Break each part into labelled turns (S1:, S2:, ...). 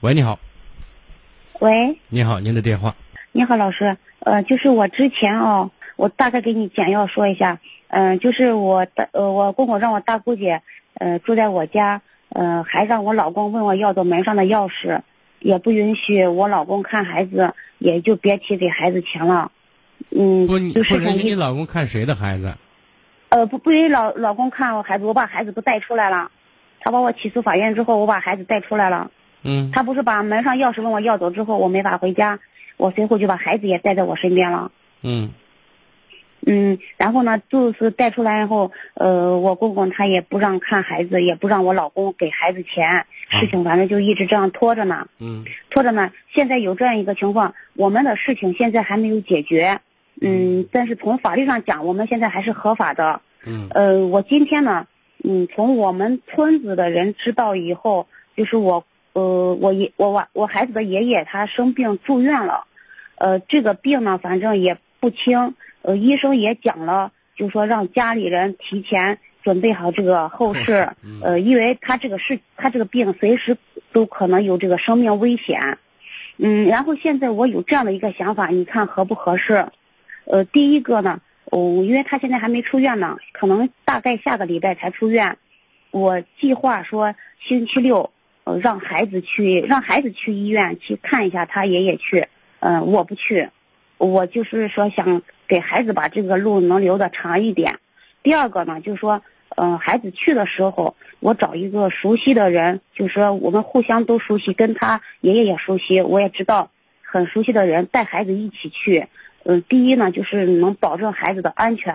S1: 喂，你好，
S2: 喂，
S1: 你好，您的电话。
S2: 你好，老师。呃，就是我之前哦，我大概给你简要说一下。嗯、就是我大呃，我公公让我大姑姐呃住在我家，呃，还让我老公问我要走门上的钥匙，也不允许我老公看孩子，也就别提给孩子钱了。嗯，
S1: 不，你
S2: 就
S1: 不
S2: 是
S1: 允许
S2: 很
S1: 你老公看谁的孩子？
S2: 呃，不不允许老老公看我孩子，我把孩子都带出来了。他把我起诉法院之后，我把孩子带出来了。
S1: 嗯，
S2: 他不是把门上钥匙问我要走之后，我没法回家，我随后就把孩子也带在我身边了。
S1: 嗯，
S2: 嗯，然后呢，就是带出来以后，呃，我公公他也不让看孩子，也不让我老公给孩子钱，事情反正就一直这样拖着呢，
S1: 嗯，
S2: 拖着呢。现在有这样一个情况，我们的事情现在还没有解决，嗯，但是从法律上讲，我们现在还是合法的。
S1: 嗯，
S2: 呃，我今天呢，嗯，从我们村子的人知道以后，就是我，呃，我爷，我娃，我孩子的爷爷他生病住院了，呃，这个病呢，反正也不轻，呃，医生也讲了，就说让家里人提前准备好这个后事，
S1: 嗯
S2: 呃，因为他这个事，他这个病随时都可能有这个生命危险，嗯，然后现在我有这样的一个想法，你看合不合适？呃，第一个呢，哦，因为他现在还没出院呢，可能大概下个礼拜才出院。我计划说星期六，呃，让孩子去，让孩子去医院去看一下他爷爷去。嗯、我不去，我就是说想给孩子把这个路能留的长一点。第二个呢，就是说，嗯、孩子去的时候，我找一个熟悉的人，就是说我们互相都熟悉，跟他爷爷也熟悉，我也知道很熟悉的人带孩子一起去。嗯、第一呢，就是能保证孩子的安全。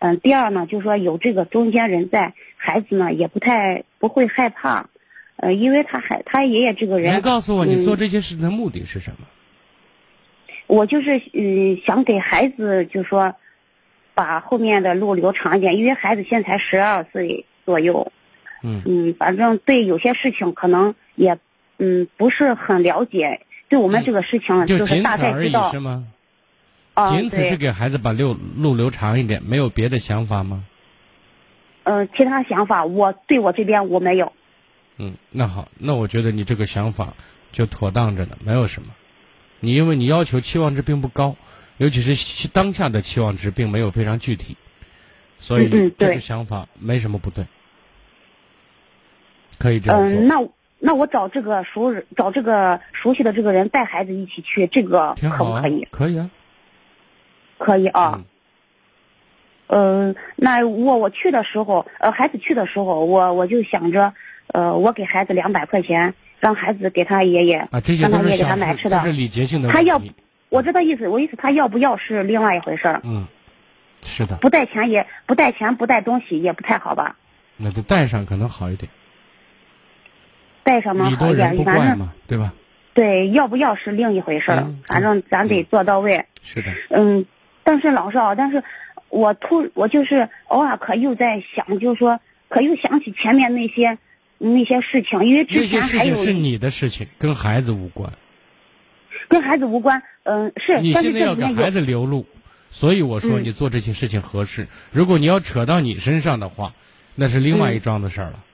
S2: 嗯、第二呢，就是说有这个中间人在，孩子呢也不太不会害怕。呃，因为他还他爷爷这个人
S1: 您，告诉我，你
S2: 嗯
S1: 做这些事情的目的是什么？
S2: 我就是嗯，想给孩子就说，把后面的路留长一点，因为孩子现在才十二岁左右，
S1: 嗯
S2: 嗯，反正对有些事情可能也嗯不是很了解，对我们这个事情
S1: 就
S2: 嗯就是
S1: 仅此
S2: 大概
S1: 而
S2: 知
S1: 已
S2: 道
S1: 是吗？
S2: 啊，
S1: 仅此是
S2: 对，
S1: 给孩子把路路留长一点，没有别的想法吗？
S2: 呃，其他想法我对我这边我没有，
S1: 嗯，那好，那我觉得你这个想法就妥当着呢，没有什么。你因为你要求期望值并不高，尤其是期当下的期望值并没有非常具体，所以
S2: 嗯嗯
S1: 这
S2: 对
S1: 个想法没什么不对，可以这样做。
S2: 嗯，那那我找这个熟人，找这个熟悉的这个人带孩子一起去，这个
S1: 挺
S2: 可
S1: 好、
S2: 不
S1: 啊，
S2: 可以？
S1: 可以啊。
S2: 可以啊。
S1: 嗯
S2: 呃，那我我去的时候，呃，孩子去的时候，我我就想着，呃，我给孩子两百块钱，让孩子给他爷爷，
S1: 啊，这些
S2: 让
S1: 都
S2: 他
S1: 是
S2: 爷爷给
S1: 小
S2: 他买
S1: 事，
S2: 吃
S1: 这是
S2: 的。
S1: 礼节性的问题。
S2: 他要我知道意思，我意思他要不要是另外一回事儿，
S1: 嗯，是的，
S2: 不带钱也不带钱不带东西也不太好吧？
S1: 那就带上可能好一点。
S2: 带上呢
S1: 礼
S2: 好
S1: 多
S2: 一
S1: 人不
S2: 点，
S1: 怪
S2: 反正
S1: 嘛，对吧？
S2: 对要不要是另一回事儿
S1: 嗯，
S2: 反正咱得做到位。
S1: 是的，
S2: 嗯，但是老师啊，但是我突我就是偶尔可又在想，就是说可又想起前面那些那些事情，因为
S1: 这
S2: 之
S1: 些
S2: 前
S1: 事
S2: 还
S1: 情
S2: 有
S1: 是你的事情，跟孩子无关。
S2: 跟孩子无关，嗯、是，
S1: 你
S2: 但是
S1: 现在
S2: 这
S1: 要
S2: 里
S1: 给
S2: 面
S1: 孩
S2: 有，
S1: 子留路，所以我说
S2: 嗯
S1: 你做这些事情合适。如果你要扯到你身上的话，那是另外一桩子事儿了。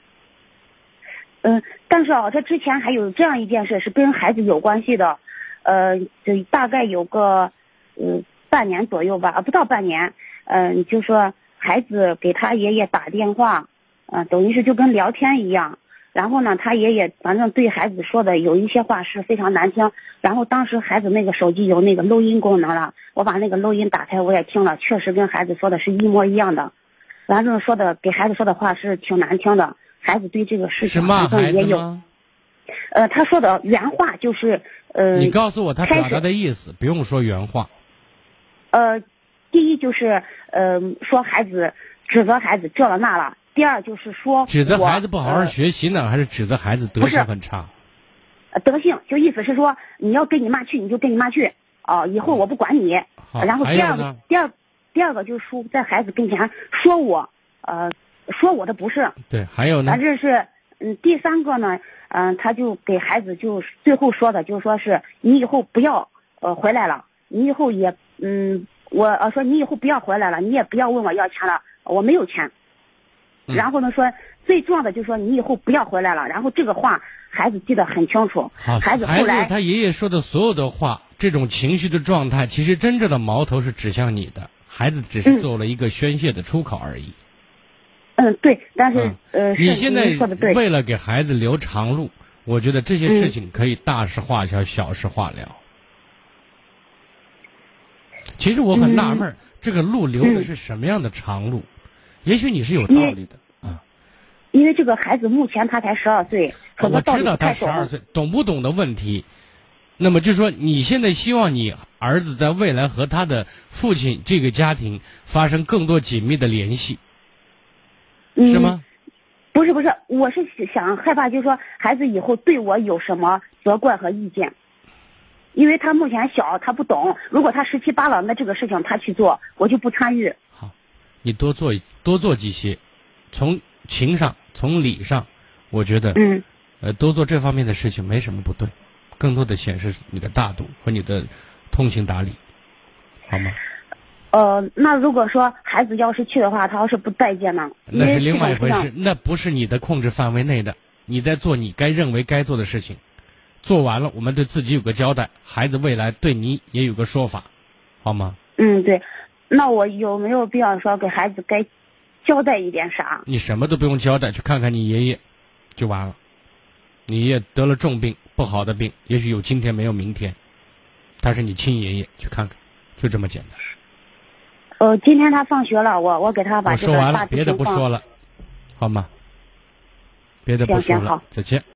S2: 嗯，但是啊，这之前还有这样一件事是跟孩子有关系的，呃，就大概有个，嗯，半年左右吧，啊，不到半年，嗯、就说孩子给他爷爷打电话，呃，等于是就跟聊天一样。然后呢，他爷爷反正对孩子说的有一些话是非常难听。然后当时孩子那个手机有那个录音功能了，我把那个录音打开，我也听了，确实跟孩子说的是一模一样的。然后说的给孩子说的话是挺难听的，孩子对这个事
S1: 是
S2: 情
S1: 骂
S2: 反
S1: 孩
S2: 正也
S1: 子
S2: 哎有。
S1: 吗？
S2: 呃，他说的原话就是，呃
S1: 你告诉我他
S2: 开
S1: 表
S2: 始
S1: 达的意思，不用说原话。
S2: 呃，第一就是呃说孩子指责孩子这了那了，第二就是说
S1: 指责
S2: 我
S1: 孩子不好好
S2: 呃
S1: 学习呢，还是指责孩子德
S2: 不是
S1: 行很差？
S2: 呃德性，就意思是说你要跟你妈去，你就跟你妈去，哦、以后我不管你。
S1: 好，
S2: 然后
S1: 哦还
S2: 第
S1: 有
S2: 二
S1: 呢
S2: 个，，第二，第二个就是说在孩子跟前说我，呃，说我的不是，
S1: 对，还有呢
S2: 反，正是，嗯，第三个呢，嗯、他就给孩子就最后说的，就说是你以后不要呃回来了，你以后也嗯，我呃说你以后不要回来了，你也不要问我要钱了，我没有钱。
S1: 嗯
S2: 然后呢说最重要的就是说你以后不要回来了，然后这个话孩子记得很清楚。
S1: 好，
S2: 孩子后来
S1: 他爷爷说的所有的话，这种情绪的状态，其实真正的矛头是指向你的，孩子只是
S2: 嗯
S1: 做了一个宣泄的出口而已。
S2: 嗯，对，但是、呃，是
S1: 你现在
S2: 您说的对，
S1: 为了给孩子留长路，我觉得这些
S2: 嗯
S1: 事情可以大事化小，小事化了。其实我很
S2: 嗯
S1: 纳闷儿，这个路留的是什么样的长路？也许你是有道理的啊。
S2: 因为这个孩子目前他才十二岁，很多
S1: 我
S2: 道
S1: 知
S2: 理
S1: 道
S2: 不
S1: 他
S2: 太
S1: 十
S2: 懂。
S1: 二岁，懂不懂的问题。那么就说，你现在希望你儿子在未来和他的父亲这个家庭发生更多紧密的联系，
S2: 嗯、
S1: 是？吗？
S2: 不是不是，我是想害怕，就是说孩子以后对我有什么责怪和意见，因为他目前小，他不懂。如果他十七八了，那这个事情他去做，我就不参与。
S1: 好，你多做一多做几些，从情上，从理上，我觉得，
S2: 嗯
S1: 呃，多做这方面的事情没什么不对，更多的显示你的大度和你的通情达理，好吗？
S2: 呃，那如果说孩子要是去的话，他要是不待见呢？
S1: 那是另外一回
S2: 因为这种
S1: 事，那不是你的控制范围内的，你在做你该认为该做的事情，做完了，我们对自己有个交代，孩子未来对你也有个说法，好吗？
S2: 嗯，对。那我有没有必要说给孩子该交代一点啥？
S1: 你什么都不用交代，去看看你爷爷，就完了。你爷爷得了重病，不好的病，也许有今天没有明天，他是你亲爷爷，去看看，就这么简单。
S2: 呃，今天他放学了，我我给他把
S1: 我
S2: 这个
S1: 说完
S2: 大
S1: 了，
S2: 致
S1: 别的
S2: 情
S1: 不
S2: 况
S1: 说了，好吗？别的不
S2: 行
S1: 说
S2: 行
S1: 了
S2: 好，
S1: 再见。